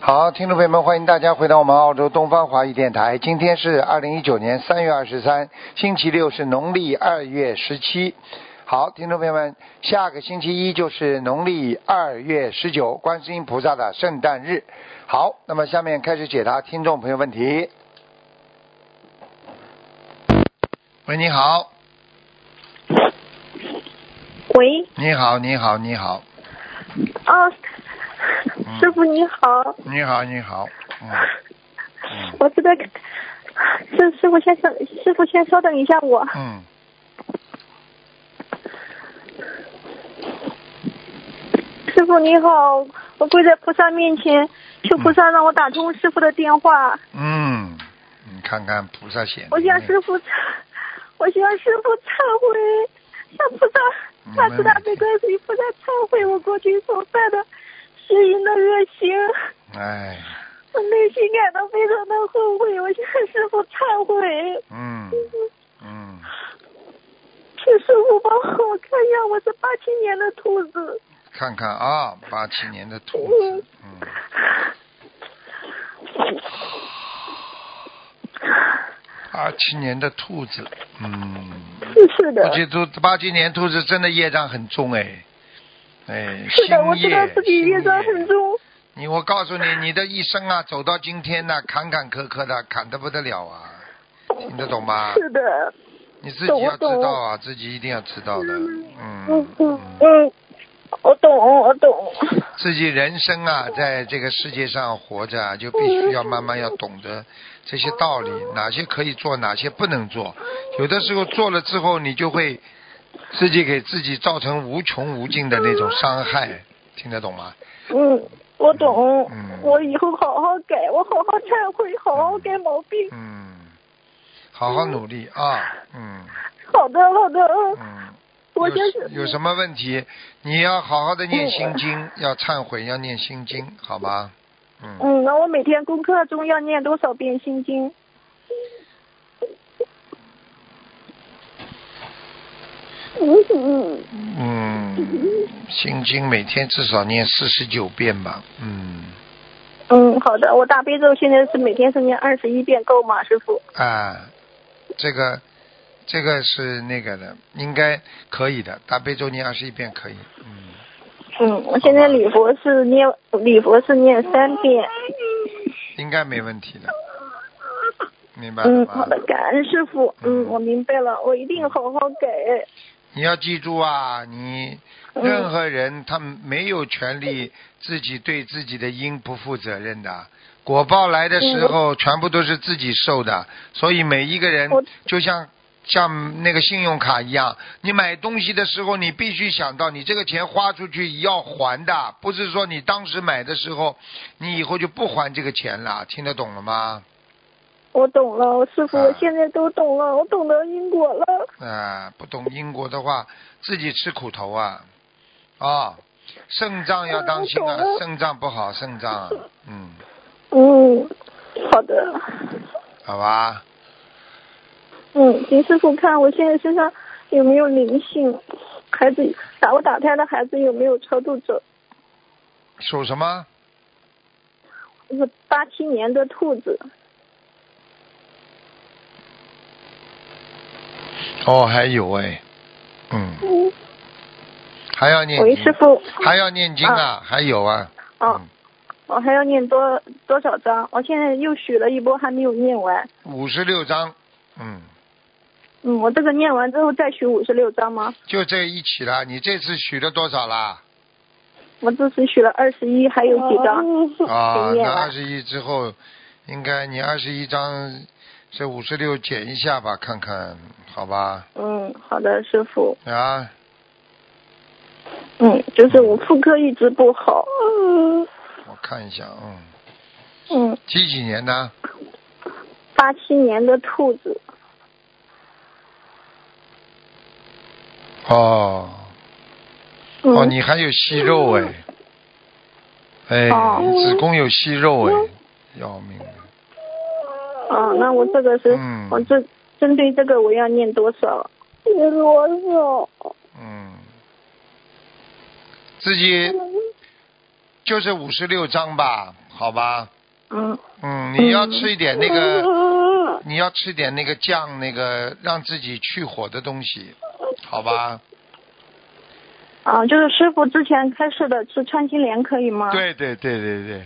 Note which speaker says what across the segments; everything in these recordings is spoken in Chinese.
Speaker 1: 好，听众朋友们，欢迎大家回到我们澳洲东方华语电台。今天是二零一九年三月二十三，星期六，是农历二月十七。好，听众朋友们，下个星期一就是农历二月十九，观世音菩萨的圣诞日。好，那么下面开始解答听众朋友问题。喂，你好。
Speaker 2: 喂，
Speaker 1: 你好，你好，你好，
Speaker 2: 啊，师傅你好，
Speaker 1: 你好，你好，嗯，嗯
Speaker 2: 我这个师师傅先稍师傅先稍等一下我，
Speaker 1: 嗯，
Speaker 2: 师傅你好，我跪在菩萨面前求菩萨让我打通师傅的电话，
Speaker 1: 嗯，你看看菩萨显灵
Speaker 2: 我向
Speaker 1: 了。
Speaker 2: 师傅忏，我向师傅忏悔，向菩
Speaker 1: 嗯
Speaker 2: 萨大慈大悲观世音菩萨忏悔我过去所犯的失淫的恶行，
Speaker 1: 哎，
Speaker 2: 我内心感到非常的后悔，我向师傅忏悔。
Speaker 1: 嗯嗯，
Speaker 2: 请师傅帮我看一下，我是八七年的兔子。
Speaker 1: 看看啊，八七年的兔子，嗯，八七年的兔子，嗯，
Speaker 2: 是是的
Speaker 1: 我，觉得兔八七年兔子真的业障很重哎，哎，
Speaker 2: 是的，我
Speaker 1: 新
Speaker 2: 知道
Speaker 1: 业
Speaker 2: 自己业障
Speaker 1: 新
Speaker 2: 很重。
Speaker 1: 你我告诉你，你的一生啊，走到今天呐、坎坎坷坷的，坎得不得了啊，听得懂吗？
Speaker 2: 是的，
Speaker 1: 你自己
Speaker 2: 懂我
Speaker 1: 要知
Speaker 2: 懂
Speaker 1: 道啊，自己一定要知道的，
Speaker 2: 嗯
Speaker 1: 嗯
Speaker 2: 嗯
Speaker 1: 嗯。
Speaker 2: 嗯，我懂，我懂。
Speaker 1: 自己人生啊，在这个世界上活着啊，就必须要慢慢要懂得这些道理，
Speaker 2: 嗯
Speaker 1: 哪些可以做，哪些不能做。有的时候做了之后，你就会自己给自己造成无穷无尽的那种伤害，听得懂吗？
Speaker 2: 嗯，我懂。
Speaker 1: 嗯
Speaker 2: 我以后好好改，我好好忏悔，好好改毛病。
Speaker 1: 嗯，好好努力啊，嗯
Speaker 2: 好的，好的。
Speaker 1: 嗯。
Speaker 2: 我
Speaker 1: 有
Speaker 2: 就是
Speaker 1: 有什么问题，你要好好的念心经，要忏悔，要念心经，好吧？嗯。
Speaker 2: 嗯，那我每天功课中要念多少遍心经？嗯嗯
Speaker 1: 嗯，心经每天至少念四十九遍吧。嗯，
Speaker 2: 嗯，好的，我大悲咒现在是每天是念二十一遍，够吗，师傅？
Speaker 1: 啊，这个这个是那个的，应该可以的。大悲咒念二十一遍可以。嗯，
Speaker 2: 嗯，我现在礼佛是念礼佛是念三遍。
Speaker 1: 应该没问题的，明白了
Speaker 2: 嗯，
Speaker 1: 吗？
Speaker 2: 好的，感恩师傅。
Speaker 1: 嗯
Speaker 2: 嗯，我明白了，我一定好好改。
Speaker 1: 你要记住啊，你
Speaker 2: 嗯
Speaker 1: 任何人他没有权利自己对自己的因不负责任的。果报来的时候，全部都是自己受的，所以每一个人
Speaker 2: 我
Speaker 1: 就像像那个信用卡一样，你买东西的时候，你必须想到你这个钱花出去要还的，不是说你当时买的时候，你以后就不还这个钱了，听得懂了吗？
Speaker 2: 我懂了，师傅，
Speaker 1: 啊
Speaker 2: 我现在都懂了，我懂得因果了。
Speaker 1: 啊、不懂因果的话，自己吃苦头啊！啊、肾脏要当心啊
Speaker 2: 嗯我懂，了
Speaker 1: 肾脏不好，肾脏啊，嗯，
Speaker 2: 嗯，好的。
Speaker 1: 好吧，
Speaker 2: 嗯，请师傅看我现在身上有没有灵性，孩子打我打胎的孩子有没有超度者？
Speaker 1: 属什么？
Speaker 2: 我是八七年的兔子。
Speaker 1: 哦，还有哎，嗯，
Speaker 2: 嗯，
Speaker 1: 还要念
Speaker 2: 喂，
Speaker 1: 经
Speaker 2: 师，傅，
Speaker 1: 还要念经啊，还有啊，
Speaker 2: 哦
Speaker 1: 嗯，
Speaker 2: 我还要念多多少章？我现在又许了一波，还没有念完。
Speaker 1: 五十六章，嗯，
Speaker 2: 嗯，我这个念完之后再许五十六章吗？
Speaker 1: 就这一起了。你这次许了多少啦？
Speaker 2: 我这次许了二十一，还有几章？
Speaker 3: 哦
Speaker 1: 啊，
Speaker 2: 念
Speaker 1: 那
Speaker 2: 完
Speaker 1: 二十一之后，应该你二十一章，这五十六减一下吧，看看，好吧？
Speaker 2: 嗯，好的，师傅。
Speaker 1: 啊，
Speaker 2: 嗯，就是我妇科一直不好。
Speaker 1: 我看一下，嗯，
Speaker 2: 嗯，
Speaker 1: 几几年的？
Speaker 2: 八七年的兔子。
Speaker 1: 哦，
Speaker 2: 嗯、
Speaker 1: 哦，你还有息肉哎，哎，
Speaker 2: 哦
Speaker 1: 你子宫有息肉哎，要命了！
Speaker 2: 啊，那我这个是，
Speaker 1: 嗯
Speaker 2: 我这针对这个我要念多少？多少？
Speaker 1: 嗯，自己就是五十六张吧，好吧？
Speaker 2: 嗯，
Speaker 1: 嗯，你要吃一点那个，你要吃点那个酱，那个让自己去火的东西，好吧？
Speaker 2: 啊，就是师傅之前开示的吃穿心莲可以吗？。
Speaker 1: 对对对对对，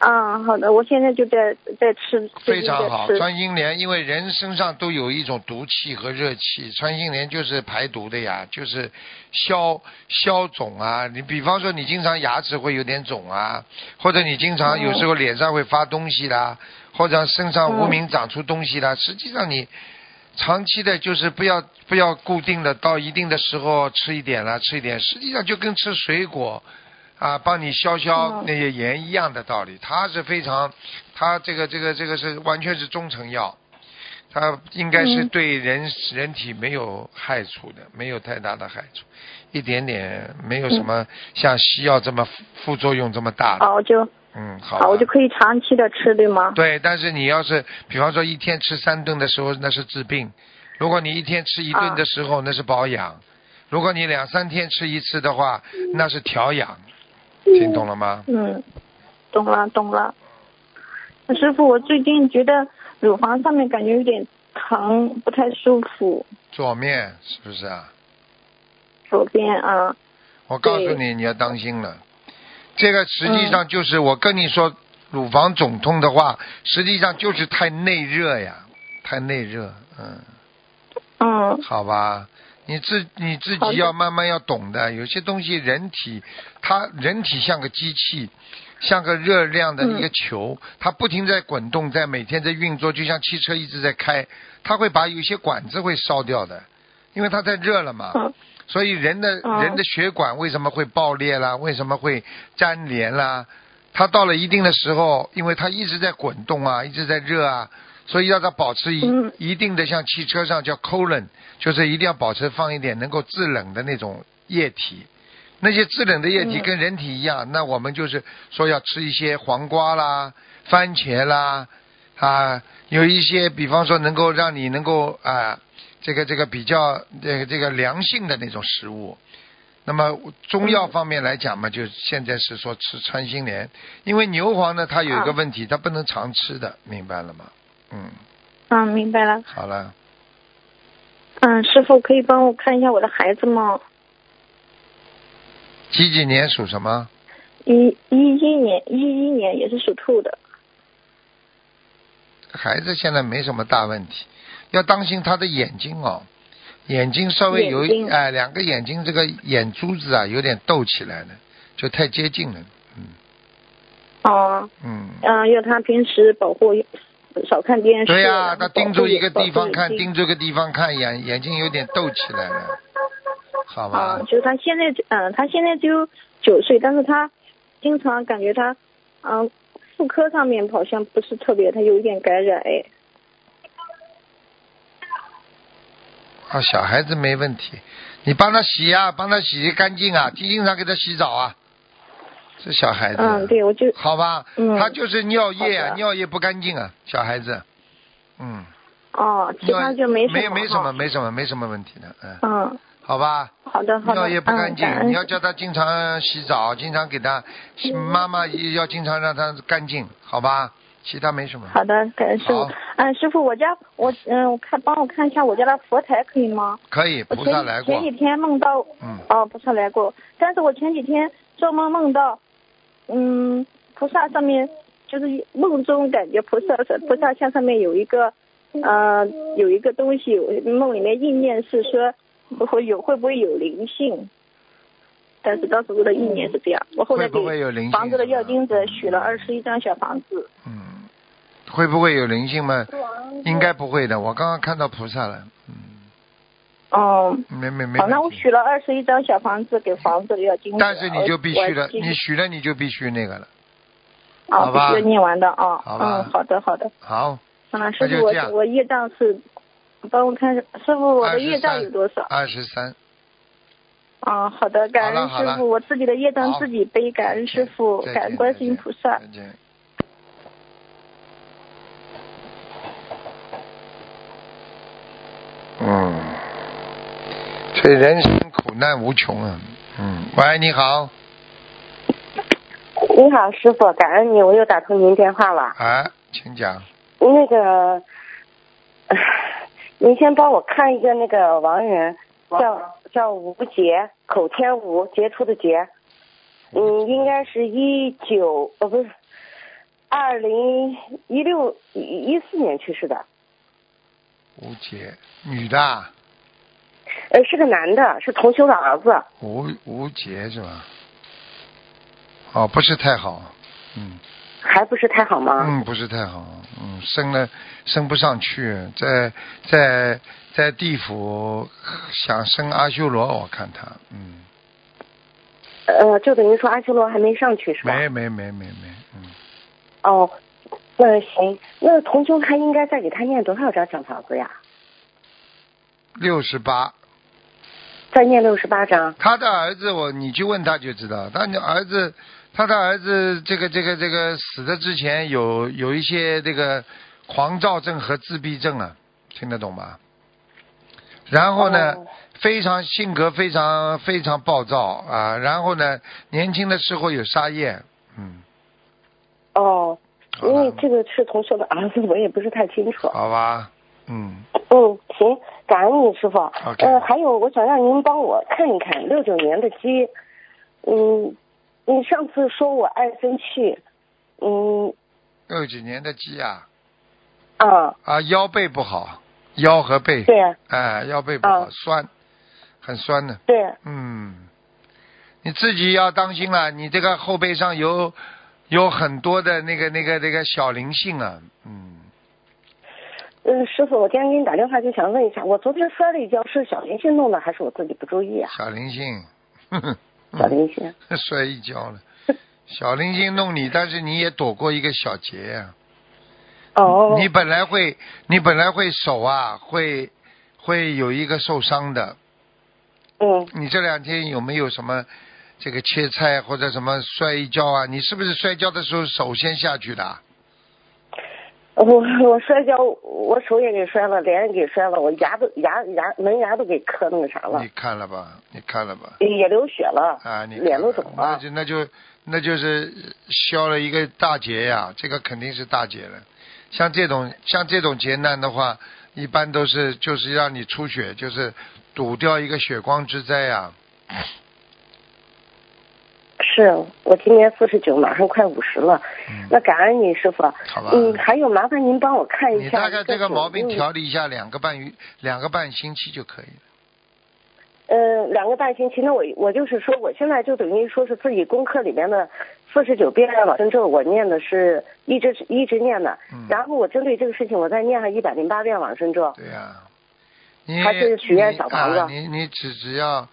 Speaker 2: 啊，好的，我现在就在在吃，最
Speaker 1: 非
Speaker 2: 近在
Speaker 1: 常好。
Speaker 2: 吃
Speaker 1: 穿心莲，因为人身上都有一种毒气和热气，穿心莲就是排毒的呀，就是消消肿啊。你比方说，你经常牙齿会有点肿啊，或者你经常有
Speaker 2: 哦
Speaker 1: 时候脸上会发东西啦，或者身上无名长出东西啦，实际上你。长期的，就是不要不要固定的，到一定的时候吃一点啦，吃一点，实际上就跟吃水果啊，帮你消消
Speaker 2: 嗯
Speaker 1: 那些盐一样的道理。它是非常，它这个这个这个是完全是中成药，它应该是
Speaker 2: 嗯
Speaker 1: 对人、人体没有害处的，没有太大的害处，一点点没有什么像西药这么副副作用这么大的。
Speaker 2: 嗯哦，就
Speaker 1: 嗯，好吧。
Speaker 2: 好，我就可以长期的吃，对吗？
Speaker 1: 对，但是你要是比方说一天吃三顿的时候，那是治病；如果你一天吃一顿的时候，那是保
Speaker 2: 啊
Speaker 1: 养；如果你两三天吃一次的话，那是调养。听懂了吗？
Speaker 2: 嗯，懂了懂了。那师傅，我最近觉得乳房上面感觉有点疼，不太舒服，
Speaker 1: 左面是不是啊？
Speaker 2: 左边啊。
Speaker 1: 我告诉你，你要当心了。这个实际
Speaker 2: 嗯
Speaker 1: 上就是我跟你说，乳房肿痛的话，实际上就是太内热呀，太内热。嗯，
Speaker 2: 嗯
Speaker 1: 好吧，你自你自
Speaker 2: 好
Speaker 1: 己
Speaker 2: 的
Speaker 1: 要慢慢要懂的，有些东西人体，它人体像个机器，像个热量的一
Speaker 2: 嗯
Speaker 1: 个球，它不停在滚动，在每天在运作，就像汽车一直在开，它会把有些管子会烧掉的，因为它太热了嘛。
Speaker 2: 嗯
Speaker 1: 所以人的、
Speaker 2: 嗯
Speaker 1: 人的血管为什么会爆裂啦？为什么会粘连啦？它到了一定的时候，因为它一直在滚动啊，一直在热啊，所以要它保持一、
Speaker 2: 嗯
Speaker 1: 一定的，像汽车上叫 coolant，就是一定要保持放一点能够制冷的那种液体。那些制冷的液体
Speaker 2: 嗯
Speaker 1: 跟人体一样，那我们就是说要吃一些黄瓜啦、番茄啦，啊，有一些比方说能够让你能够啊、这个这个比较这个这个良性的那种食物。那么中药方面来讲嘛，就现在是说吃穿心莲，因为牛黄呢，它有一个
Speaker 2: 啊
Speaker 1: 问题，它不能常吃的，明白了吗？嗯，
Speaker 2: 嗯，明白了。
Speaker 1: 好了，
Speaker 2: 嗯，师傅可以帮我看一下我的孩子吗？
Speaker 1: 几几年属什么？
Speaker 2: 一一一年，一一年也是属兔的。
Speaker 1: 孩子现在没什么大问题，要当心他的眼睛哦，眼睛稍微有
Speaker 2: 眼
Speaker 1: 一
Speaker 2: 睛
Speaker 1: 哎、两个眼睛这个眼珠子啊有点斗起来了，就太接近了，嗯
Speaker 2: 哦、
Speaker 1: 嗯。
Speaker 2: 嗯、要他平时保护，少看电视。
Speaker 1: 对呀、
Speaker 2: 然后
Speaker 1: 他
Speaker 2: 保护
Speaker 1: 盯住一
Speaker 2: 眼
Speaker 1: 个
Speaker 2: 保
Speaker 1: 地
Speaker 2: 护
Speaker 1: 方
Speaker 2: 眼
Speaker 1: 看，
Speaker 2: 睛
Speaker 1: 盯住一个地方看，眼眼睛有点斗起来了，好吧
Speaker 2: 啊，？就是他现在，嗯、他现在只有九岁，但是他经常感觉他，嗯、妇科上面好像不是特别，他有一点感染，哎，
Speaker 1: 啊，小孩子没问题，你帮他洗啊，帮他洗干净啊，经常给他洗澡啊。是小孩子，
Speaker 2: 嗯，对，我就，
Speaker 1: 好吧？
Speaker 2: 嗯
Speaker 1: 他就是尿液
Speaker 2: 好
Speaker 1: 啊，
Speaker 2: 的
Speaker 1: 尿液不干净啊，小孩子，嗯，
Speaker 2: 哦，其他就
Speaker 1: 没
Speaker 2: 什么，
Speaker 1: 没
Speaker 2: 没
Speaker 1: 什么，，没什么，没什么问题的，嗯，
Speaker 2: 嗯，
Speaker 1: 好吧？
Speaker 2: 好的，好的，
Speaker 1: 尿液不干净
Speaker 2: 嗯、感，恩嗯
Speaker 1: 你要叫他经常洗澡，经常给他，妈妈也要经常让他干净，好吧？其他没什么。
Speaker 2: 好的，感恩师傅
Speaker 1: 好。
Speaker 2: 嗯，师傅，我家我嗯，我看帮我看一下我家的佛台可以吗？
Speaker 1: 可以，
Speaker 2: 我
Speaker 1: 菩萨
Speaker 2: 前
Speaker 1: 来过
Speaker 2: 前。几天梦到
Speaker 1: 嗯，
Speaker 2: 哦，菩萨来过，但是我前几天做梦梦到，嗯，菩萨上面就是梦中感觉菩萨菩萨像上面有一个，呃，有一个东西，我梦里面意念是说会有会不会有灵性，但是当时我的意念是这样，我后来
Speaker 1: 会
Speaker 2: 给
Speaker 1: 不会有灵性？
Speaker 2: 房子的药精者许了二十一张小房子，
Speaker 1: 嗯，会不会有灵性嘛？应该不会的，我刚刚看到菩萨了。嗯，
Speaker 2: 嗯。
Speaker 1: 没没没
Speaker 2: 好，那
Speaker 1: 问
Speaker 2: 我
Speaker 1: 题。
Speaker 2: 许了二十一张小房子给房子的要经者，
Speaker 1: 但是你就必须
Speaker 2: 我
Speaker 1: 了，
Speaker 2: 继续
Speaker 1: 你许了你就必须那个了。
Speaker 2: 啊，
Speaker 1: 好吧
Speaker 2: 必须念完的啊。
Speaker 1: 好吧
Speaker 2: 嗯，好的，好的。
Speaker 1: 好，
Speaker 2: 啊，师
Speaker 1: 那就
Speaker 2: 傅，
Speaker 1: 这样
Speaker 2: 我我业障是，帮我看，师傅我的业障
Speaker 1: 23
Speaker 2: 有多少？
Speaker 1: 二十三，
Speaker 2: 啊，好的，感恩
Speaker 1: 好了
Speaker 2: 师
Speaker 1: 好了
Speaker 2: 傅，我自己的业障
Speaker 1: 好
Speaker 2: 自己背，感恩师傅，
Speaker 1: 再见
Speaker 2: 感恩观世音菩萨
Speaker 1: 再。见。嗯，所以人生苦难无穷啊。嗯，喂，你好，
Speaker 4: 你好，师傅，感恩你，我又打通您电话了。
Speaker 1: 啊，请讲。
Speaker 4: 那个，唉您先帮我看一个那个亡人，叫叫吴杰，口天吴，杰出的杰。嗯，应该是一九呃不是，二零一六一四年去世的，
Speaker 1: 吴杰，女的啊，
Speaker 4: 呃是个男的，是同修的儿子。
Speaker 1: 吴吴杰是吧？哦，不是太好，嗯
Speaker 4: 还不是太好吗？
Speaker 1: 嗯，不是太好，嗯，升了升不上去，在在在地府想升阿修罗，我看他，嗯，
Speaker 4: 呃，就等于说阿修罗还没上去是吧？
Speaker 1: 没没没没没，嗯，
Speaker 4: 哦，那行，那同修他应该再给他念多少张小房子呀？
Speaker 1: 六十八，
Speaker 4: 再念六十八张。
Speaker 1: 他的儿子我你去问他就知道，他的儿子他的儿子这个这个这个死的之前有有一些这个狂躁症和自闭症啊，听得懂吗？然后呢，
Speaker 4: 哦
Speaker 1: 非常性格非常非常暴躁啊，然后呢，年轻的时候有杀业，嗯，
Speaker 4: 哦，
Speaker 1: 好
Speaker 4: 因为
Speaker 1: 了，
Speaker 4: 这个是同修的儿子，我也不是太清楚。
Speaker 1: 好吧，嗯，
Speaker 4: 嗯，行，感恩你师傅。
Speaker 1: OK
Speaker 4: 呃，还有我想让您帮我看一看六九年的鸡，嗯，你上次说我爱生气，嗯
Speaker 1: 六几年的鸡啊，
Speaker 4: 啊，
Speaker 1: 啊腰背不好，腰和背，
Speaker 4: 对呀、
Speaker 1: 哎腰背不好，
Speaker 4: 啊
Speaker 1: 酸，很酸的。
Speaker 4: 对呀、
Speaker 1: 嗯，你自己要当心了，你这个后背上有有很多的那个那个那个小灵性啊，嗯，
Speaker 4: 嗯，师傅，我今天给你打电话就想问一下，我昨天摔了一跤，是小林性弄的，还是我自己不注意啊？
Speaker 1: 小灵性，呵呵
Speaker 4: 小林性，
Speaker 1: 嗯 摔一跤了，小灵性弄你，但是你也躲过一个小劫呀、
Speaker 4: 哦，
Speaker 1: 你本来会你本来会手啊会会有一个受伤的，
Speaker 4: 嗯，
Speaker 1: 你这两天有没有什么这个切菜或者什么摔一跤啊？你是不是摔跤的时候手先下去的啊？
Speaker 4: 我我摔跤，我手也给摔了，脸也给摔了，我牙都牙牙门牙都给磕那个啥了
Speaker 1: 你，看了吧，你看了吧。
Speaker 4: 也流血了，
Speaker 1: 啊，你
Speaker 4: 脸都
Speaker 1: 看
Speaker 4: 肿
Speaker 1: 看那
Speaker 4: 了。
Speaker 1: 就那就那就是消了一个大劫呀、这个肯定是大劫了。像这种像这种劫难的话，一般都是就是让你出血，就是堵掉一个血光之灾呀、
Speaker 4: 是我今年四十九，马上快五十了。
Speaker 1: 嗯，
Speaker 4: 那感恩你师傅。
Speaker 1: 好吧。
Speaker 4: 嗯，还有麻烦您帮我看一嗯
Speaker 1: 你
Speaker 4: 下。
Speaker 1: 大概这个毛病
Speaker 4: 96
Speaker 1: 调理一下，两个半月两个半星期就可以了。
Speaker 4: 呃，两个半星期。那我我就是说，我现在就等于说是自己功课里面的四十九遍往生咒，我念的是一直一直念的。
Speaker 1: 嗯，
Speaker 4: 然后我针对这个事情，我再念上一百零八遍往生咒。
Speaker 1: 对呀、你
Speaker 4: 还是许愿小房子
Speaker 1: 你啊你你只只要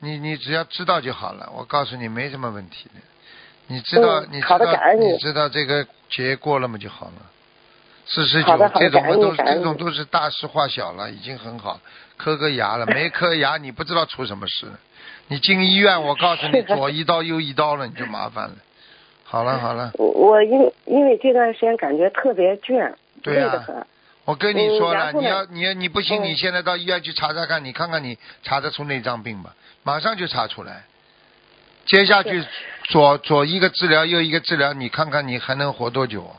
Speaker 1: 你你只要知道就好了，我告诉你没什么问题的。你知道、
Speaker 4: 嗯
Speaker 1: 你知
Speaker 4: 好的
Speaker 1: 道
Speaker 4: 感恩你
Speaker 1: 你知道这个节过了吗就好了。四十
Speaker 4: 好
Speaker 1: 九
Speaker 4: 的好
Speaker 1: 这
Speaker 4: 的
Speaker 1: 种
Speaker 4: 感恩
Speaker 1: 都
Speaker 4: 你
Speaker 1: 是
Speaker 4: 感恩
Speaker 1: 这种
Speaker 4: 你
Speaker 1: 都是大事化小了，已经很好。磕个牙了， 没磕牙你不知道出什么事了。你进医院，我告 诉你左一刀右一刀了，你就麻烦了。好了好了，
Speaker 4: 我我因因为这段时间感觉特别倦，
Speaker 1: 对
Speaker 4: 累
Speaker 1: 呀、
Speaker 4: 得很。
Speaker 1: 我跟你说
Speaker 4: 嗯
Speaker 1: 了，
Speaker 4: 然后
Speaker 1: 你
Speaker 4: 呢
Speaker 1: 要你要你不信，
Speaker 4: 嗯
Speaker 1: 你现在到医院去查查看，你看看你查得出内脏病吧，马上就查出来。接下去
Speaker 4: 对
Speaker 1: 左左一个治疗，右一个治疗，你看看你还能活多久？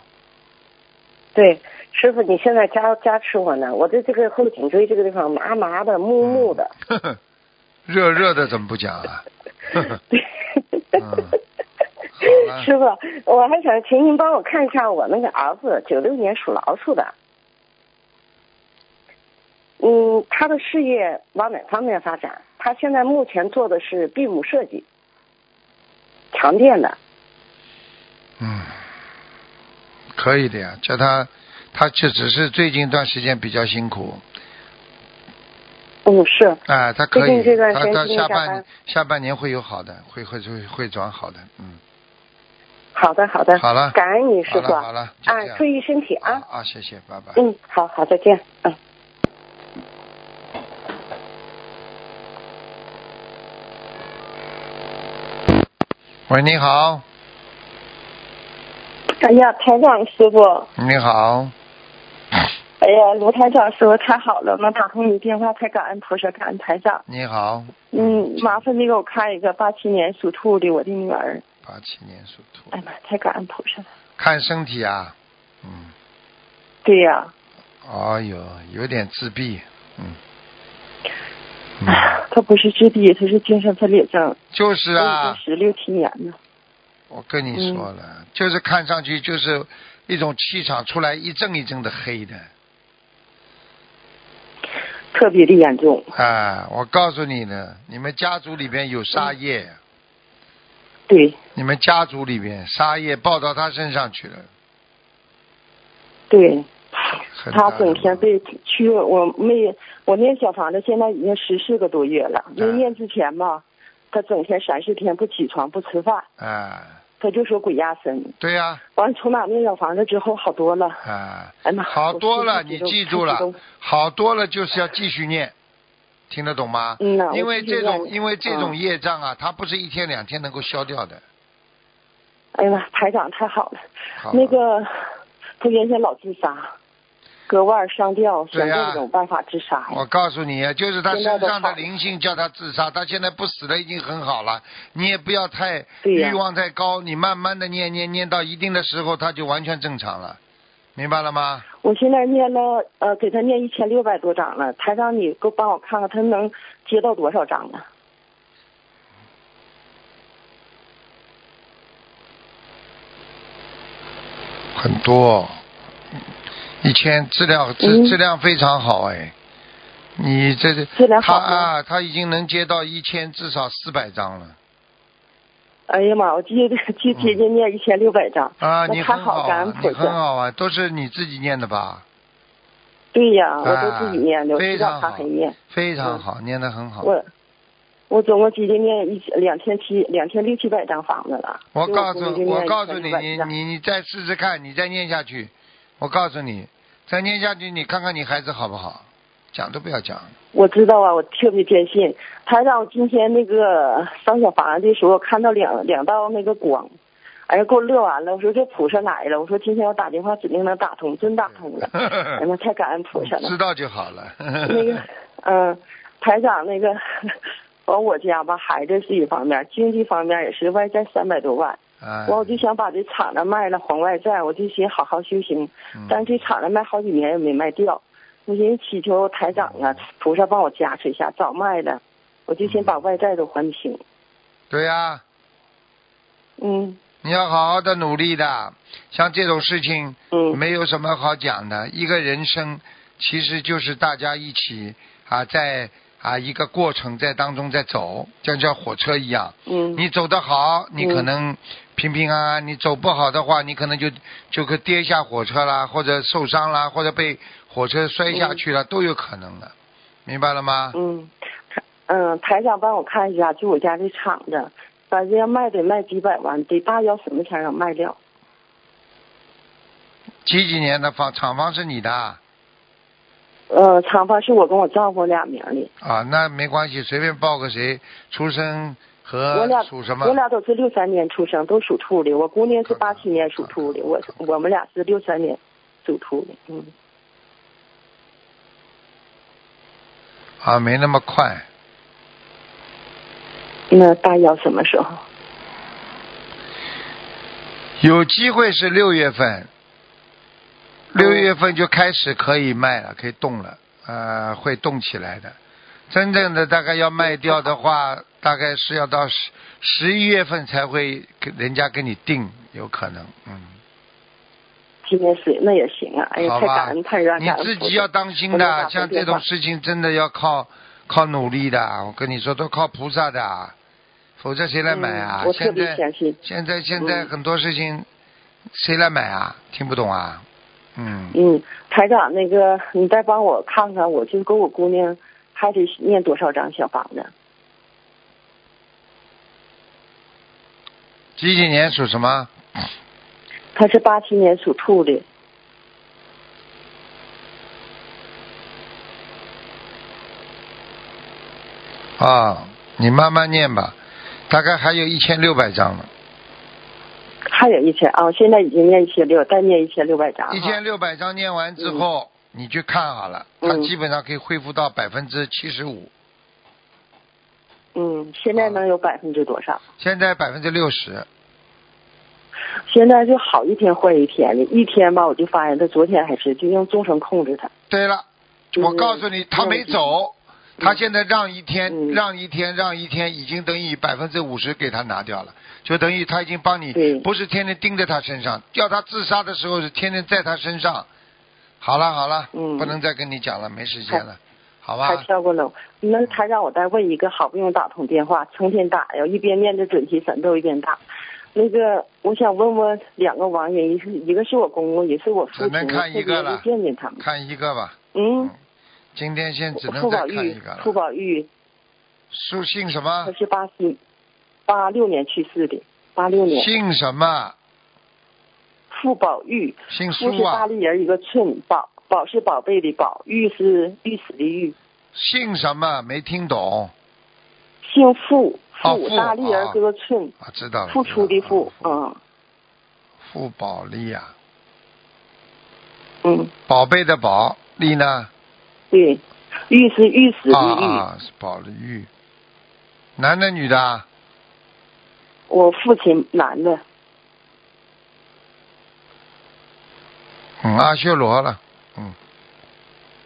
Speaker 4: 对，师傅，你现在加加持我呢，我的这个后颈椎这个地方麻麻的、木
Speaker 1: 嗯
Speaker 4: 木 的。
Speaker 1: 呵呵，热热的怎么不讲啊？呵呵嗯了
Speaker 4: 师傅，我还想请您帮我看一下我那个儿子，九六年属老鼠的。嗯，他的事业往哪方面发展？他现在目前做的是闭幕设计，床垫的。
Speaker 1: 嗯，可以的呀，叫他，他就只是最近一段时间比较辛苦，
Speaker 4: 嗯，是。
Speaker 1: 哎，他可
Speaker 4: 最
Speaker 1: 以，
Speaker 4: 近这段时
Speaker 1: 他
Speaker 4: 间
Speaker 1: 他
Speaker 4: 最近
Speaker 1: 下
Speaker 4: 下
Speaker 1: 半
Speaker 4: 班
Speaker 1: 下半年会有好的，会会会会转好的，嗯，
Speaker 4: 好的，好的。
Speaker 1: 好了
Speaker 4: 感恩你，师
Speaker 1: 好
Speaker 4: 傅。
Speaker 1: 了好
Speaker 4: 啊，
Speaker 1: 了，就这样
Speaker 4: 注。意身体啊。
Speaker 1: 啊，谢谢，拜拜。
Speaker 4: 嗯，好好，再见。嗯。
Speaker 1: 喂，你好，
Speaker 2: 哎呀，台长师傅，
Speaker 1: 你好，
Speaker 2: 哎呀，卢台长师傅太好了，能打通你电话，太感恩菩萨，感恩台长。
Speaker 1: 你好。嗯
Speaker 2: 嗯，麻烦你给我看一个八七年属兔的我的女儿，
Speaker 1: 八七年属兔，
Speaker 4: 哎呀妈，太感恩菩萨了。
Speaker 1: 看身体啊，嗯，
Speaker 4: 对呀、
Speaker 1: 哦哟，有点自闭，嗯，嗯
Speaker 4: 哎，他不是自闭，他是精神分裂症，
Speaker 1: 就是嗯
Speaker 4: 都已
Speaker 1: 啊
Speaker 4: 经，十六七年了。
Speaker 1: 我跟你说了，就是看上去就是一种气场出来一阵一阵的黑的
Speaker 4: 特别的严重。
Speaker 1: 啊！我告诉你呢，你们家族里边有杀业，
Speaker 4: 对
Speaker 1: 你们家族里边杀业报到他身上去了，
Speaker 4: 对，
Speaker 1: 很大
Speaker 4: 他
Speaker 1: 的
Speaker 4: 整天被驱，我没我念小房子，现在已经十四个多月了。没
Speaker 1: 嗯
Speaker 4: 念之前吧，他整天三四天不起床不吃饭，
Speaker 1: 啊，
Speaker 4: 他就说鬼压身。
Speaker 1: 对呀、
Speaker 4: 完，从哪念小房子之后好多了。
Speaker 1: 啊，
Speaker 4: 哎妈，
Speaker 1: 好多了，
Speaker 4: 我
Speaker 1: 你
Speaker 4: 心里
Speaker 1: 记
Speaker 4: 都
Speaker 1: 住
Speaker 4: 太激
Speaker 1: 了
Speaker 4: 动，
Speaker 1: 好多了就是要继续念，听得懂吗？
Speaker 4: 嗯呐，
Speaker 1: 因为
Speaker 4: 我继
Speaker 1: 这
Speaker 4: 续
Speaker 1: 种
Speaker 4: 念
Speaker 1: 因为这种
Speaker 4: 嗯
Speaker 1: 业障啊，它不是一天两天能够消掉的。
Speaker 4: 哎呀妈，台长太好了。
Speaker 1: 好吧
Speaker 4: 那个，他原先老自杀，割腕上吊，
Speaker 1: 对
Speaker 4: 想
Speaker 1: 呀
Speaker 4: 各种办法自杀呀。
Speaker 1: 我告诉你啊，就是他身上
Speaker 4: 现在都
Speaker 1: 的
Speaker 4: 好
Speaker 1: 灵性叫他自杀，他现在不死了已经很好了。你也不要太
Speaker 4: 对呀
Speaker 1: 欲望太高，你慢慢的念念念到一定的时候，他就完全正常了，明白了吗？
Speaker 4: 我现在念了，呃，给他念一千六百多章了。台长，你给我帮我看看他能接到多少章啊？
Speaker 1: 很多，以前质量质
Speaker 4: 嗯
Speaker 1: 质量非常好哎，你这是
Speaker 4: 质量
Speaker 1: 他
Speaker 4: 好吗？
Speaker 1: 啊，他已经能接到一千至少四百张了
Speaker 4: 哎呀妈，我接接
Speaker 1: 嗯
Speaker 4: 接近念一千六百章。
Speaker 1: 啊，
Speaker 4: 那
Speaker 1: 你
Speaker 4: 太
Speaker 1: 很
Speaker 4: 好感
Speaker 1: 啊
Speaker 4: 恩，
Speaker 1: 你
Speaker 4: 菩
Speaker 1: 很
Speaker 4: 萨。
Speaker 1: 好啊，都是你自己念的吧？
Speaker 4: 对呀，
Speaker 1: 啊
Speaker 4: 我都自己念的，我
Speaker 1: 非
Speaker 4: 知
Speaker 1: 常
Speaker 4: 道
Speaker 1: 好
Speaker 4: 他很念。
Speaker 1: 非常好，
Speaker 4: 嗯
Speaker 1: 念的很好。
Speaker 4: 我我总共接近念一两千七两千六七百张房子了。
Speaker 1: 我
Speaker 4: 所以
Speaker 1: 告
Speaker 4: 估计
Speaker 1: 诉
Speaker 4: 就
Speaker 1: 我
Speaker 4: 念
Speaker 1: 告诉你，
Speaker 4: 1600
Speaker 1: 你
Speaker 4: 章
Speaker 1: 你你再试试看，你再念下去，我告诉你，再念下去，你看看你孩子好不好？讲都不要讲，
Speaker 4: 我知道啊，我特别坚信。他让我今天那个烧小房子的时候看到两两道那个光，哎呀，给我乐完了。我说这菩萨来了，我说今天我打电话指定能打通，真打通了。哎呀妈，太感恩菩萨
Speaker 1: 知
Speaker 4: 了。
Speaker 1: 道就好了。
Speaker 4: 那个，嗯、台长那个， 完我家吧，孩子是一方面，经济方面也是外债三百多万。
Speaker 1: 哎
Speaker 4: 完我就想把这厂子卖了还外债，我就寻思好好修行。
Speaker 1: 嗯
Speaker 4: 但是这厂子卖好几年也没卖掉，我寻思祈求台长
Speaker 1: 嗯
Speaker 4: 啊，菩萨帮我加持一下，早卖了，我就先把外债都还清。
Speaker 1: 对呀、
Speaker 4: 嗯
Speaker 1: 你要好好的努力的，像这种事情，
Speaker 4: 嗯，
Speaker 1: 没有什么好讲的。一个人生其实就是大家一起啊，在啊一个过程在当中在走，像像火车一样。
Speaker 4: 嗯
Speaker 1: 你走得好，你可
Speaker 4: 嗯
Speaker 1: 能平平安安；你走不好的话，你可能就就可跌下火车啦，或者受伤啦，或者被火车摔下去了，都有可能的。明白了吗？
Speaker 4: 嗯嗯，台长帮我看一下，就我家这厂子，反正要卖得卖几百万，得大约什么钱能卖掉？
Speaker 1: 几几年的房厂房是你的啊，
Speaker 4: 呃，厂房是我跟我丈夫俩名儿的，
Speaker 1: 啊那没关系，随便报个谁出生
Speaker 4: 我
Speaker 1: 和
Speaker 4: 俩
Speaker 1: 呃属什么。
Speaker 4: 我俩都是六三年出生，都属兔的。我姑娘是
Speaker 1: 看看
Speaker 4: 八七年属兔的，我
Speaker 1: 看看
Speaker 4: 我们俩是六三年属兔的。嗯，
Speaker 1: 啊，没那么快，
Speaker 4: 那大约什么时候？
Speaker 1: 有机会是六月份，六月份就开始可以卖了，可以动了，呃，会动起来的。真正的大概要卖掉的话，大概是要到十十一月份才会给人家给你定，有可能，嗯，
Speaker 4: 今年水那也行啊，哎呀，
Speaker 1: 好
Speaker 4: 太
Speaker 1: 吧
Speaker 4: 感恩太让
Speaker 1: 你
Speaker 4: 感恩
Speaker 1: 自
Speaker 4: 菩
Speaker 1: 己
Speaker 4: 萨
Speaker 1: 要当心
Speaker 4: 我给我打
Speaker 1: 的，
Speaker 4: 通
Speaker 1: 像这
Speaker 4: 电
Speaker 1: 种
Speaker 4: 话
Speaker 1: 事情真的要靠靠努力的，我跟你说都靠菩萨的，否则谁来买啊？
Speaker 4: 嗯我特
Speaker 1: 现
Speaker 4: 别
Speaker 1: 在
Speaker 4: 相信，
Speaker 1: 现在现在
Speaker 4: 嗯
Speaker 1: 很多事情，谁来买啊？听不懂啊？嗯，
Speaker 4: 嗯，台长那个，你再帮我看看，我就跟我姑娘还得念多少张小房子？
Speaker 1: 几几年属什么？
Speaker 4: 她是八七年属兔的，
Speaker 1: 啊，你慢慢念吧，大概还有一千六百张了，
Speaker 4: 还有一千啊，现在已经念一千六，再念一千六百张哈。
Speaker 1: 一千六百张念完之后，你去看好了，它
Speaker 4: 嗯
Speaker 1: 基本上可以恢复到百分之七十五，
Speaker 4: 嗯，现在能有百分之多少？
Speaker 1: 现在百分之六十，
Speaker 4: 现在就好一天坏一天的，一天吧我就发现他昨天还是就用精神控制他。
Speaker 1: 对了，
Speaker 4: 就是
Speaker 1: 我告诉你，他没走，他现在让一天，
Speaker 4: 嗯
Speaker 1: 让一天，让一天，已经等于百分之五十给他拿掉了，就等于他已经帮你
Speaker 4: 对，
Speaker 1: 不是天天盯在他身上，要他自杀的时候是天天在他身上。好了好了，
Speaker 4: 嗯
Speaker 1: 不能再跟你讲了，没时间了，好
Speaker 4: 还
Speaker 1: 吧？
Speaker 4: 跳过楼，那啊他让我再问一个，好不容易打通电话，成天打呀，一边念着准提神咒一边打。那个，我想问问两个亡人，一是一个是我公公，也是我父
Speaker 1: 只能
Speaker 4: 亲，
Speaker 1: 看一个了
Speaker 4: 我特别没见见他们。
Speaker 1: 看一个吧，
Speaker 4: 嗯，
Speaker 1: 今天先只能
Speaker 4: 傅
Speaker 1: 再
Speaker 4: 宝
Speaker 1: 看一
Speaker 4: 玉
Speaker 1: 个，
Speaker 4: 傅
Speaker 1: 了。
Speaker 4: 宝玉，
Speaker 1: 是姓什么
Speaker 4: 他？是八四八六年去世的，八六年。
Speaker 1: 姓什么？
Speaker 4: 傅宝玉，
Speaker 1: 姓
Speaker 4: 傅
Speaker 1: 苏
Speaker 4: 是
Speaker 1: 啊
Speaker 4: 大？立人一个寸，宝宝是宝贝的宝，玉是玉石的玉，
Speaker 1: 姓什么？没听懂
Speaker 4: 姓傅，
Speaker 1: 哦
Speaker 4: 傅
Speaker 1: 傅
Speaker 4: 大立人
Speaker 1: 哦
Speaker 4: 哥哥寸，
Speaker 1: 啊？知道了。啊
Speaker 4: 付出的付，
Speaker 1: 知道了。
Speaker 4: 嗯
Speaker 1: 付宝利啊，
Speaker 4: 嗯。
Speaker 1: 宝贝的宝，利呢？
Speaker 4: 对，玉是玉石
Speaker 1: 啊
Speaker 4: 的玉，
Speaker 1: 啊，是宝玉。男的女的啊？
Speaker 4: 我父亲男的，
Speaker 1: 嗯，阿修罗了。嗯，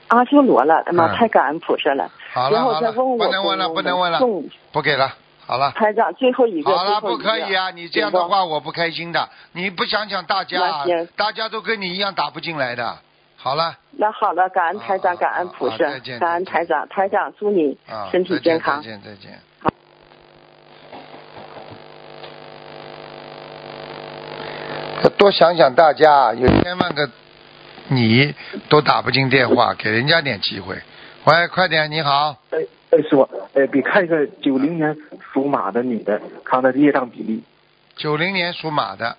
Speaker 4: 阿修罗了，他妈
Speaker 1: 嗯
Speaker 4: 太感恩菩萨了。
Speaker 1: 好了
Speaker 4: 然后
Speaker 1: 好
Speaker 4: 再
Speaker 1: 了，
Speaker 4: 问我
Speaker 1: 不能问了
Speaker 4: 公
Speaker 1: 不能问了，
Speaker 4: 送
Speaker 1: 不给了，好了。
Speaker 4: 台长最后一个，
Speaker 1: 好了，
Speaker 4: 最后
Speaker 1: 不
Speaker 4: 一个
Speaker 1: 可以啊！你这样的，话我不开心的，你不想想大家啊
Speaker 4: 那行，
Speaker 1: 大家都跟你一样打不进来的。好了，
Speaker 4: 那好了，感恩台
Speaker 1: 啊
Speaker 4: 长，
Speaker 1: 啊
Speaker 4: 感恩菩
Speaker 1: 啊
Speaker 4: 萨
Speaker 1: 再见，
Speaker 4: 感恩
Speaker 1: 再见
Speaker 4: 台长，台长祝你
Speaker 1: 啊，
Speaker 4: 身体
Speaker 1: 再见
Speaker 4: 健康
Speaker 1: 再。见再见
Speaker 4: 好。
Speaker 1: 多想想大家，有千万个你都打不进电话，给人家点机会。喂，快点，你好，
Speaker 5: 哎哎，师傅，哎，给看一个九零年属马的女的，看她的业障比例。
Speaker 1: 九零年属马的，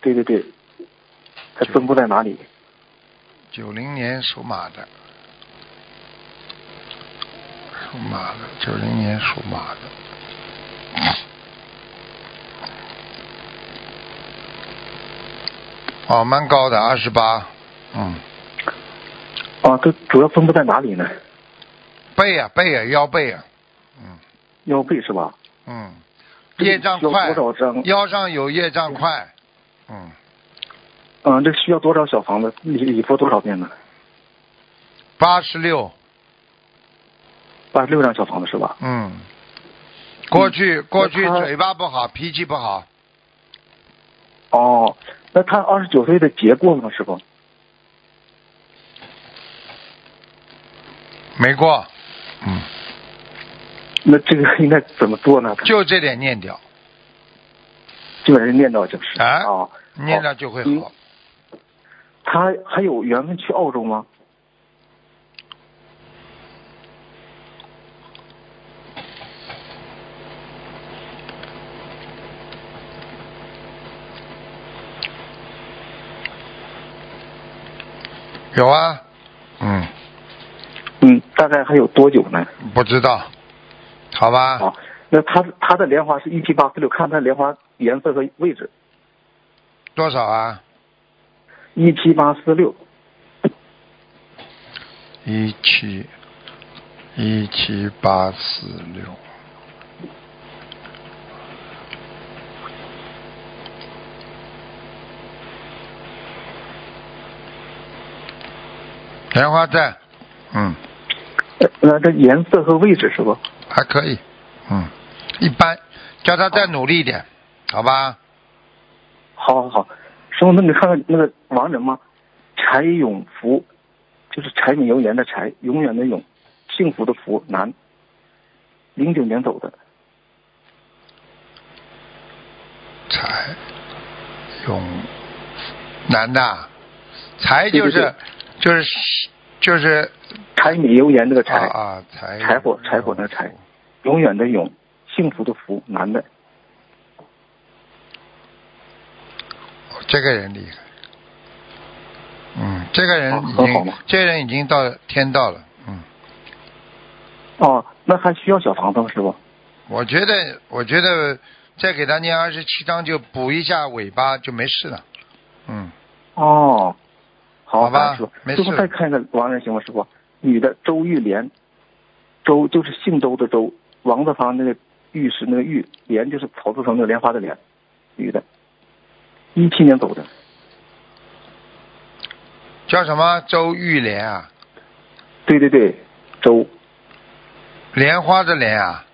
Speaker 5: 对对对，她分布在哪里？
Speaker 1: 九零年属马的，属马的，九零年属马的。哦，蛮高的，二十八，嗯，
Speaker 5: 啊，她主要分布在哪里呢？
Speaker 1: 背呀、背呀、腰背呀、嗯
Speaker 5: 腰背是吧？
Speaker 1: 嗯，业障快
Speaker 5: 需要，多少张？
Speaker 1: 腰上有业障快，嗯，
Speaker 5: 嗯，这需要多少小房子？礼礼佛多少遍呢？
Speaker 1: 八十六，
Speaker 5: 八十六张小房子是吧？
Speaker 1: 嗯，过去过去
Speaker 5: 嗯那他
Speaker 1: 嘴巴不好，脾气不好，
Speaker 5: 哦，那她二十九岁的结过吗？师傅？
Speaker 1: 没过，嗯。
Speaker 5: 那这个应该怎么做呢？
Speaker 1: 就这点念掉，
Speaker 5: 基本上念叨就是
Speaker 1: 哎
Speaker 5: 啊，
Speaker 1: 念掉就会好嗯
Speaker 5: 好。她还有缘分去澳洲吗？
Speaker 1: 有啊，嗯，
Speaker 5: 嗯，大概还有多久呢？
Speaker 1: 不知道，好吧，
Speaker 5: 啊，那他他的莲花是一七八四六，看他莲花颜色和位置，
Speaker 1: 多少啊？
Speaker 5: 一七八四六，
Speaker 1: 一七一七八四六，莲花在，嗯，
Speaker 5: 呃那这颜色和位置是不？
Speaker 1: 还可以，嗯，一般，叫他再努力一点，好吧？
Speaker 5: 好好好，师傅，那你看看那个亡人吗？柴永福，就是柴米油盐的柴，永远的永，幸福的福，男，零九年走的，
Speaker 1: 才用男的啊，才就
Speaker 5: 对
Speaker 1: 是
Speaker 5: 对
Speaker 1: 就是就是
Speaker 5: 柴米油盐那个柴，
Speaker 1: 啊啊才
Speaker 5: 柴火柴火那个柴，永远的永，幸福的福，男的，
Speaker 1: 这个人厉害，嗯，这个人
Speaker 5: 啊
Speaker 1: 已
Speaker 5: 很好
Speaker 1: 经
Speaker 5: 嘛
Speaker 1: 这个人已经到天道了，嗯，
Speaker 5: 哦，那还需要小房子吗，师傅？
Speaker 1: 我觉得我觉得再给他念二十七章就补一下尾巴就没事了，嗯，
Speaker 5: 哦，
Speaker 1: 好
Speaker 5: 好
Speaker 1: 吧
Speaker 5: 师傅
Speaker 1: 没，
Speaker 5: 师傅
Speaker 1: 事
Speaker 5: 再看一个亡人行吗，师傅？女的周玉莲，周就是姓周的周，王字旁那个玉是那个玉，莲就是草字头那个莲花的莲，女的，一七年走的，
Speaker 1: 叫什么周玉莲啊？
Speaker 5: 对对对，周，
Speaker 1: 莲花的莲啊？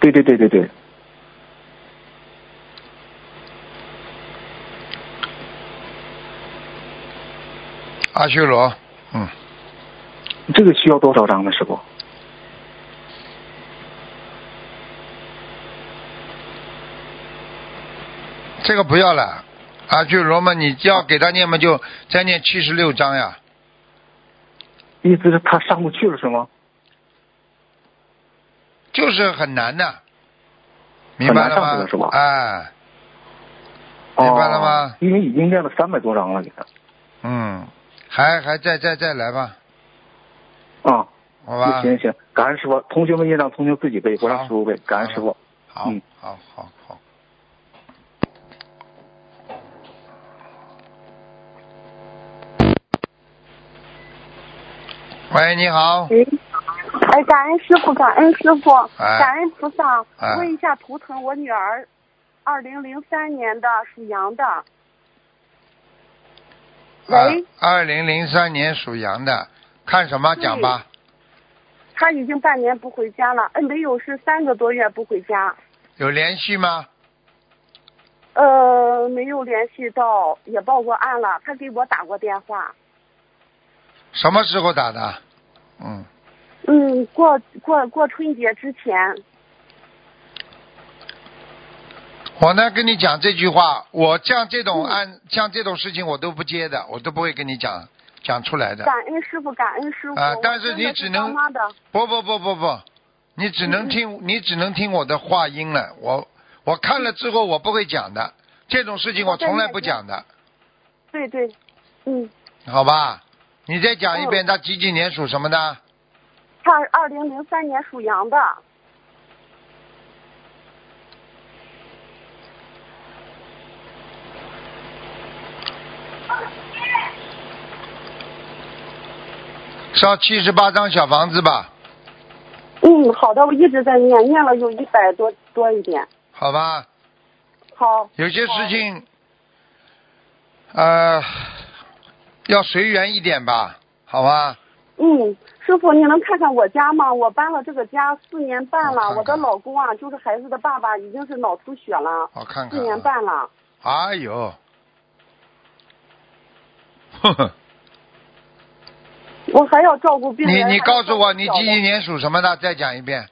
Speaker 5: 对对对对对，
Speaker 1: 阿修罗，嗯，
Speaker 5: 这个需要多少张呢，师傅？
Speaker 1: 这个不要了。阿修罗嘛，你要给他念嘛，就再念七十六章呀。
Speaker 5: 意思是他上不去了是吗？
Speaker 1: 就是很难的，明白了
Speaker 5: 很难上
Speaker 1: 吗
Speaker 5: 去了是吧？
Speaker 1: 哎，
Speaker 5: 哦
Speaker 1: 明白了吗
Speaker 5: 因为已经练了三百多张了，给他
Speaker 1: 嗯，还还再再再来吧，
Speaker 5: 啊，
Speaker 1: 好吧？
Speaker 5: 行行，感恩师傅，同学们也让同学自己背，不让
Speaker 1: 好
Speaker 5: 师傅背，感恩
Speaker 1: 好
Speaker 5: 师傅。
Speaker 1: 好
Speaker 5: 嗯，
Speaker 1: 好，好，好。喂，你好，
Speaker 3: 哎，感恩师傅，感恩师傅，
Speaker 1: 哎
Speaker 3: 感恩菩萨。
Speaker 1: 哎
Speaker 3: 问一下图腾，我女儿，二零零三年的，属羊的。喂，
Speaker 1: 啊二零零三年属羊的，看什么讲吧？
Speaker 3: 她已经半年不回家了，嗯，没有，是三个多月不回家，
Speaker 1: 有联系吗？
Speaker 3: 呃，没有联系到，也报过案了。她给我打过电话，
Speaker 1: 什么时候打的？嗯，
Speaker 3: 嗯，过过过春节之前，
Speaker 1: 我呢跟你讲这句话，我像这种案、像这种事情我都不接的，我都不会跟你讲讲出来的。
Speaker 3: 感恩师傅，感恩师傅。
Speaker 1: 啊
Speaker 3: 我
Speaker 1: 但是
Speaker 3: 真
Speaker 1: 你
Speaker 3: 的
Speaker 1: 只能
Speaker 3: 当妈的，
Speaker 1: 不不不不不，你只能听、你只能听我的话音了。我我看了之后我不会讲的，这种事情我从来不讲的，
Speaker 3: 对对，嗯，
Speaker 1: 好吧？你再讲一遍，他几几年属什么的？
Speaker 3: 她二零零三年属羊的，
Speaker 1: 烧七十八张小房子吧，
Speaker 3: 嗯，好的，我一直在念，念了有一百多多一点。
Speaker 1: 好吧？
Speaker 3: 好，
Speaker 1: 有些事情，
Speaker 3: 哦
Speaker 1: 呃，要随缘一点吧，好吧？
Speaker 3: 嗯，师傅，你能看看我家吗？我搬了这个家四年半了，
Speaker 1: 我看看
Speaker 3: 我的老公啊，就是孩子的爸爸，已经是脑出血了，
Speaker 1: 我看
Speaker 3: 四
Speaker 1: 看、
Speaker 3: 年
Speaker 1: 啊。
Speaker 3: 半了。
Speaker 1: 哎呦， 呵呵，
Speaker 3: 我还要照顾病
Speaker 1: 你
Speaker 3: 人。
Speaker 1: 你
Speaker 3: 还要
Speaker 1: 告诉我
Speaker 3: 照顾
Speaker 1: 你
Speaker 3: 小的
Speaker 1: 几几？年属什么的？再讲一遍。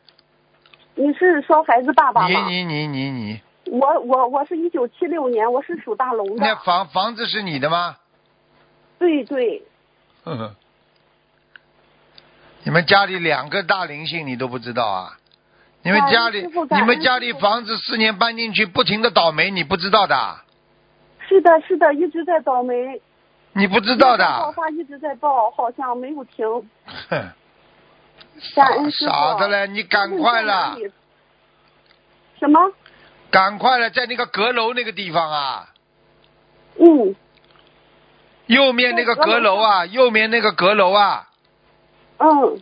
Speaker 3: 你是说孩子爸爸
Speaker 1: 你
Speaker 3: 吗？
Speaker 1: 你你你你，
Speaker 3: 我我我是一九七六年，我是属大龙
Speaker 1: 那
Speaker 3: 的。
Speaker 1: 房房子是你的吗？
Speaker 3: 对对，
Speaker 1: 呵呵，你们家里两个大灵性你都不知道啊？你们
Speaker 3: 感恩
Speaker 1: 家里
Speaker 3: 师父感
Speaker 1: 你
Speaker 3: 恩
Speaker 1: 们家里
Speaker 3: 师父
Speaker 1: 房子四年搬进去，不停的倒霉，你不知道的啊，
Speaker 3: 是的，是的，一直在倒霉。
Speaker 1: 你不知道的
Speaker 3: 爆
Speaker 1: 啊，
Speaker 3: 发一直在爆，好像没有停。
Speaker 1: 哼，
Speaker 3: 感
Speaker 1: 傻
Speaker 3: 恩师父
Speaker 1: 傻的嘞，你赶快
Speaker 3: 那
Speaker 1: 啦
Speaker 3: 你，在哪里。什么？
Speaker 1: 赶快了，在那个阁楼那个地方啊，
Speaker 3: 嗯，
Speaker 1: 右面那个阁楼啊，右面那个阁楼啊，
Speaker 3: 嗯，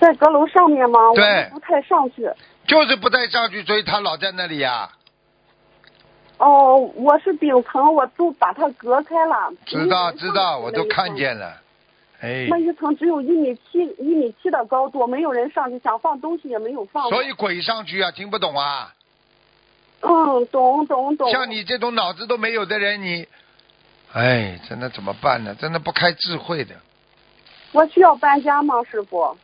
Speaker 3: 在阁楼上面吗？
Speaker 1: 对
Speaker 3: 我们不太上去。
Speaker 1: 就是不带上去，所以他老在那里啊呀、
Speaker 3: 哦，我是顶层，我都把它隔开了。
Speaker 1: 知道
Speaker 3: 只有
Speaker 1: 知道，我
Speaker 3: 人
Speaker 1: 都
Speaker 3: 上去
Speaker 1: 看。见了，哎
Speaker 3: 那。一层只有一米七一米七的高度，没有人上去，想放东西也没有放。
Speaker 1: 所以鬼上去啊，听不懂啊！
Speaker 3: 嗯，懂懂懂。
Speaker 1: 像你这种脑子都没有的人，你，哎，真的怎么办呢？真的不开智慧的。
Speaker 3: 我需要搬家吗，师傅？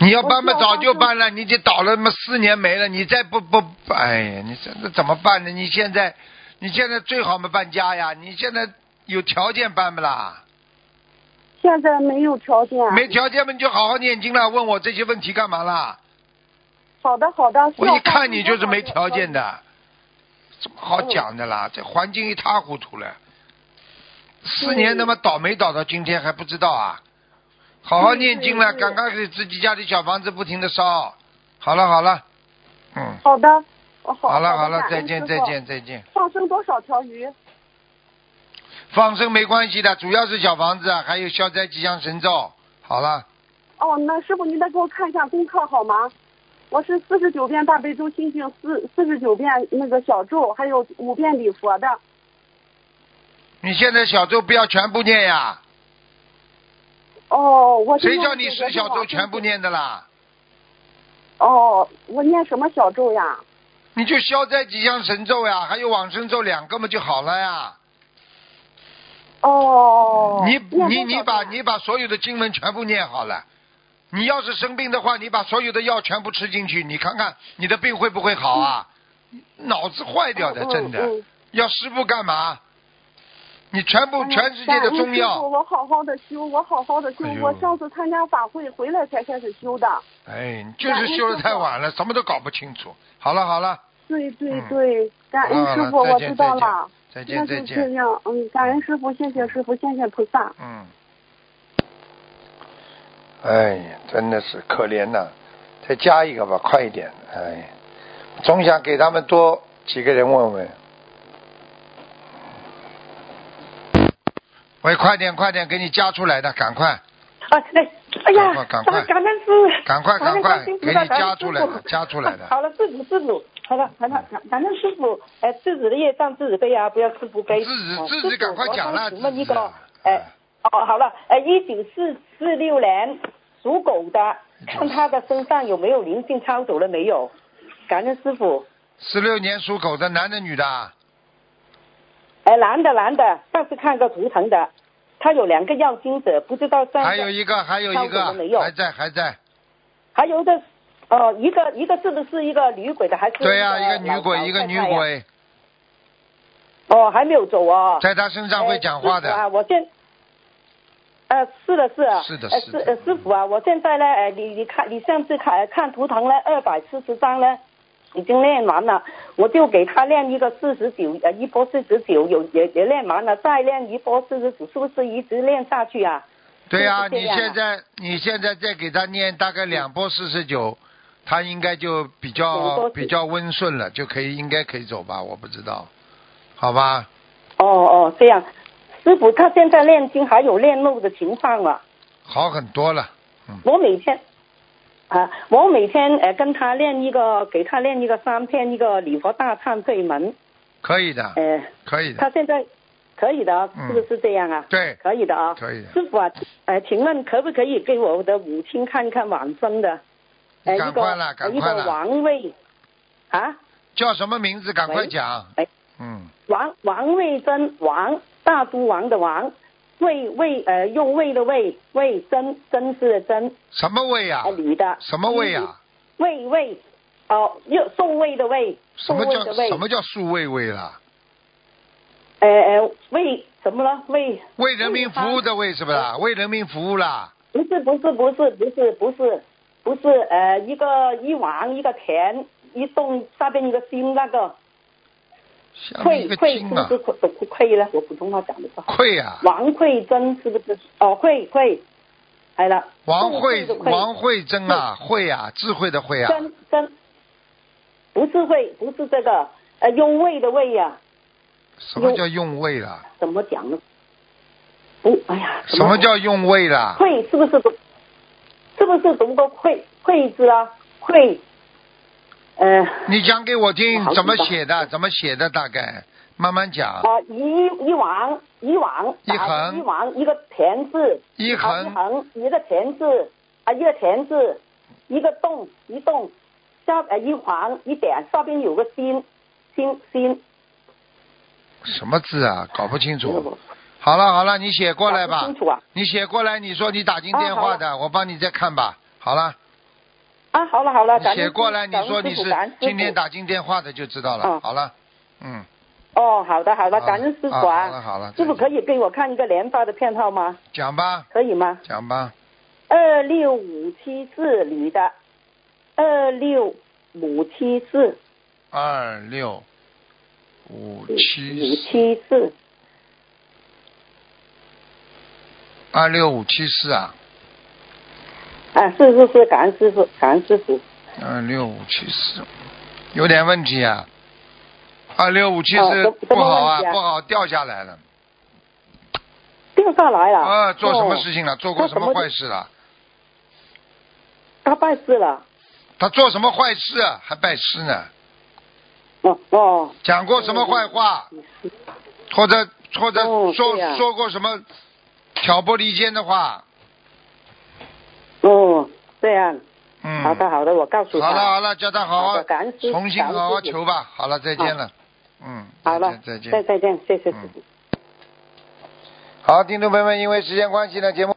Speaker 1: 你要搬嘛，
Speaker 3: 我知道
Speaker 1: 早就搬了，你已经倒了嘛四年没了，你再不不，不哎呀，你这这怎么办呢？你现在，你现在最好嘛搬家呀，你现在有条件搬不啦？
Speaker 3: 现在没有条件。
Speaker 1: 没条件嘛，你就好好念经了。问我这些问题干嘛啦？
Speaker 3: 好的好的。
Speaker 1: 我
Speaker 3: 需要
Speaker 1: 一看
Speaker 3: 搬
Speaker 1: 你
Speaker 3: 家
Speaker 1: 就是
Speaker 3: 吗
Speaker 1: 没条件。的，怎么好讲的啦？这环境一塌糊涂了，四年他妈倒霉倒到今天还不知道啊！好好念经了，
Speaker 3: 对对
Speaker 1: 赶快给自己家里小房子不停的烧。好了好了，嗯，
Speaker 3: 好的，哦好。
Speaker 1: 好了
Speaker 3: 的
Speaker 1: 好了，
Speaker 3: 感
Speaker 1: 再
Speaker 3: 恩
Speaker 1: 见
Speaker 3: 师
Speaker 1: 再
Speaker 3: 傅
Speaker 1: 见再见。
Speaker 3: 放生多少条鱼？
Speaker 1: 放生没关系的，主要是小房子啊，还有消灾吉祥神咒。好了，
Speaker 3: 哦，那师傅您再给我看一下功课好吗？我是四十九遍大悲咒心经，四四十九遍那个小咒，还有五遍礼佛的。
Speaker 1: 你现在小咒不要全部念呀，
Speaker 3: 哦，我是
Speaker 1: 谁
Speaker 3: 用
Speaker 1: 叫你
Speaker 3: 这个
Speaker 1: 十小咒
Speaker 3: 往
Speaker 1: 全部念的啦？
Speaker 3: 哦，我念什么小咒呀？
Speaker 1: 你就消灾吉祥神咒呀，还有往生咒两个嘛就好了呀。
Speaker 3: 哦，
Speaker 1: 你
Speaker 3: 念
Speaker 1: 你
Speaker 3: 多少
Speaker 1: 你把
Speaker 3: 遍
Speaker 1: 你把所有的经文全部念好了。你要是生病的话，你把所有的药全部吃进去，你看看你的病会不会好啊？脑子坏掉的，
Speaker 3: 嗯
Speaker 1: 真的。
Speaker 3: 嗯嗯
Speaker 1: 要师傅干嘛？你全部
Speaker 3: 哎呀
Speaker 1: 全世界的中
Speaker 3: 感恩师傅
Speaker 1: 药，
Speaker 3: 我好好的修，我好好的修
Speaker 1: 哎。呦
Speaker 3: 我上次参加法会回来才开始修的。
Speaker 1: 哎，你就是修的太晚了，什么都搞不清楚。好了好了，
Speaker 3: 对对
Speaker 1: 嗯
Speaker 3: 对，感
Speaker 1: 好
Speaker 3: 恩
Speaker 1: 了
Speaker 3: 哎师傅，
Speaker 1: 好了再
Speaker 3: 我
Speaker 1: 见
Speaker 3: 知道
Speaker 1: 再见
Speaker 3: 了。
Speaker 1: 再见
Speaker 3: 那
Speaker 1: 再
Speaker 3: 就这
Speaker 1: 见。
Speaker 3: 样，嗯，感恩师傅，谢谢师傅，谢谢菩萨。
Speaker 1: 嗯。哎呀，真的是可怜呐、再加一个吧，快一点。哎，总想给他们多几个人问问。喂，快点快点，给你加出来的，赶快
Speaker 4: 哎哎哎呀，
Speaker 1: 赶快赶快
Speaker 4: 感恩师，
Speaker 1: 赶快赶
Speaker 4: 感
Speaker 1: 快
Speaker 4: 恩师，傅
Speaker 1: 给你加出来的
Speaker 4: 感恩师，傅
Speaker 1: 加出来的。
Speaker 4: 好了，师傅师傅，好了好了，感感恩师傅，哎，自己的业障自己背啊，不要师傅背。
Speaker 1: 自己
Speaker 4: 哦
Speaker 1: 自己
Speaker 4: 师傅
Speaker 1: 赶快讲啦
Speaker 4: 我想请问一
Speaker 1: 自己
Speaker 4: 个
Speaker 1: 啊，
Speaker 4: 哎，哦好了，哎，一九四四六年属狗的，看他的身上有没有灵性抄走了没有？感恩师傅，
Speaker 1: 十六年属狗的，男的女的啊？
Speaker 4: 哎，男的男的，上次看个图腾的，他有两个要经者，不知道上
Speaker 1: 还有一个，还有一
Speaker 4: 烧
Speaker 1: 个
Speaker 4: 走了没，有
Speaker 1: 还在还在。
Speaker 4: 还有一个，哦，一个一个是不是一个女鬼的，还是
Speaker 1: 对呀、一
Speaker 4: 一
Speaker 1: 个女鬼，
Speaker 4: 老
Speaker 1: 一个女。
Speaker 4: 老太太呀
Speaker 1: 鬼，
Speaker 4: 哦，还没有走哦。
Speaker 1: 在他身上会讲话
Speaker 4: 哎师傅
Speaker 1: 的。
Speaker 4: 啊，我现，呃，是的，是的，
Speaker 1: 是的
Speaker 4: 呃
Speaker 1: 是
Speaker 4: 是
Speaker 1: 的
Speaker 4: 呃，师傅啊，我现在呢，呃，你你看，你上次看看图腾呢，二百四十张呢，已经练完了，我就给他练一个四十九，呃，一波四十九，有也也练完了，再练一波四十九，是不是一直练下去啊？
Speaker 1: 对呀、
Speaker 4: 是这
Speaker 1: 你
Speaker 4: 样啊
Speaker 1: 现在你现在再给他念大概两波四十九，他应该就比
Speaker 4: 两
Speaker 1: 较
Speaker 4: 波
Speaker 1: 比较温顺了，就可以应该可以走吧？我不知道，好吧？
Speaker 4: 哦哦，这样，师傅他现在练经还有练肉的情况啊。
Speaker 1: 好很多了，嗯，
Speaker 4: 我每天啊，我每天呃跟他练一个，给他练一个三篇一个礼佛大忏悔文，
Speaker 1: 可以的，
Speaker 4: 呃，
Speaker 1: 可以的，
Speaker 4: 他现在可以的啊，
Speaker 1: 嗯
Speaker 4: 是不是这样啊？
Speaker 1: 对
Speaker 4: 可以的啊，
Speaker 1: 可以的
Speaker 4: 师傅啊，呃，请问可不可以给我的母亲看看往生的？呃，
Speaker 1: 赶
Speaker 4: 一
Speaker 1: 快了
Speaker 4: 个
Speaker 1: 赶
Speaker 4: 一
Speaker 1: 快
Speaker 4: 个
Speaker 1: 了
Speaker 4: 王位啊，
Speaker 1: 叫什么名字？赶快
Speaker 4: 喂
Speaker 1: 讲
Speaker 4: 哎，
Speaker 1: 嗯，
Speaker 4: 王王卫珍，王大都王的王，魏魏呃用魏的魏，魏珍珍是珍，
Speaker 1: 什么啊位呀
Speaker 4: 呃？女的
Speaker 1: 什么啊位
Speaker 4: 女
Speaker 1: 呀？
Speaker 4: 魏魏，哦，又受魏的魏，
Speaker 1: 什
Speaker 4: 受
Speaker 1: 么
Speaker 4: 魏
Speaker 1: 叫
Speaker 4: 的魏
Speaker 1: 什，么叫数位位啦？
Speaker 4: 呃呃，魏什么了？魏
Speaker 1: 为人民服务的为是不
Speaker 4: 嗯
Speaker 1: 啦？为人民服务啦？
Speaker 4: 不是不是不是不是不是不是呃，一个一王一个田一栋下边一个心那个
Speaker 1: 下面
Speaker 4: 愧
Speaker 1: 一个
Speaker 4: 愧是
Speaker 1: 金
Speaker 4: 不
Speaker 1: 啊
Speaker 4: 是，愧愧呢？我普通话讲的不好。
Speaker 1: 愧啊，
Speaker 4: 王慧珍是不是？哦，慧慧，系啦。
Speaker 1: 王慧
Speaker 4: 慧慧
Speaker 1: 王慧珍啊，
Speaker 4: 嗯
Speaker 1: 慧啊，智慧的慧啊，
Speaker 4: 珍珍，不是慧，不是这个，呃，用魏的魏呀、
Speaker 1: 什么叫用位啦？
Speaker 4: 怎么讲呢？不，哎呀，
Speaker 1: 什么叫用位啦？
Speaker 4: 愧？是不是读？是不是读个愧愧字啊？愧，呃，
Speaker 1: 你讲给我
Speaker 4: 我
Speaker 1: 听，
Speaker 4: 好
Speaker 1: 怎么
Speaker 4: 紧张
Speaker 1: 写的？怎么写的？大概慢慢讲。
Speaker 4: 啊，一一王一王
Speaker 1: 一横
Speaker 4: 一王一个田字，
Speaker 1: 一
Speaker 4: 啊一
Speaker 1: 横
Speaker 4: 横一个田字啊，一个田字，一个洞一洞，下呃一横一点，下边有个心心心，
Speaker 1: 什么字啊？搞不清
Speaker 4: 这个
Speaker 1: 楚。
Speaker 4: 我
Speaker 1: 好了好了，你写过来
Speaker 4: 嗯搞
Speaker 1: 吧
Speaker 4: 不清。楚啊
Speaker 1: 你写过来，你说你打进电话的，我帮你再看吧。好了，
Speaker 4: 啊，好了好了，
Speaker 1: 你
Speaker 4: 感恩
Speaker 1: 写过来，你
Speaker 4: 感恩
Speaker 1: 说
Speaker 4: 师
Speaker 1: 你
Speaker 4: 傅
Speaker 1: 是
Speaker 4: 感恩师
Speaker 1: 今天
Speaker 4: 傅
Speaker 1: 打进电话的就知道了。
Speaker 4: 嗯
Speaker 1: 好了，嗯，
Speaker 4: 哦，好的好的，
Speaker 1: 好
Speaker 4: 感恩师傅
Speaker 1: 啊好了好了
Speaker 4: 师傅
Speaker 1: 再见
Speaker 4: 可以给我看一个莲花的片号吗？
Speaker 1: 讲吧，
Speaker 4: 可以吗？
Speaker 1: 讲吧。
Speaker 4: 二六五七四女的，二六五七四
Speaker 1: 二六五
Speaker 4: 五
Speaker 1: 七四
Speaker 4: 七四，
Speaker 1: 二六五七四啊，
Speaker 4: 啊，是是是，感恩师傅，感恩师傅。
Speaker 1: 二六五七四，有点问题啊。二六五七
Speaker 4: 啊
Speaker 1: 四
Speaker 4: 什
Speaker 1: 不好啊，
Speaker 4: 什么问题啊
Speaker 1: 不好掉下来了。
Speaker 4: 掉下来了。
Speaker 1: 啊，做什么
Speaker 4: 哦
Speaker 1: 事情了？做过
Speaker 4: 做
Speaker 1: 什
Speaker 4: 什
Speaker 1: 么
Speaker 4: 么
Speaker 1: 坏事了？
Speaker 4: 大败事了。
Speaker 1: 他做什么坏事啊？还拜师呢？
Speaker 4: 哦哦，
Speaker 1: 讲过什么坏话，或者或者
Speaker 4: 哦
Speaker 1: 说、
Speaker 4: 对呀
Speaker 1: 说过什么挑拨离间的话？
Speaker 4: 哦，这样，
Speaker 1: 嗯，
Speaker 4: 好的好的，我告诉他。
Speaker 1: 好了好了，叫他好
Speaker 4: 好
Speaker 1: 好
Speaker 4: 的感恩师
Speaker 1: 重新好好
Speaker 4: 感恩师
Speaker 1: 求吧。好了，再见了。嗯，
Speaker 4: 好
Speaker 1: 再
Speaker 4: 了
Speaker 1: 见，再见。
Speaker 4: 再再见，谢谢。
Speaker 1: 嗯好，听众朋友们，因为时间关系呢，节目。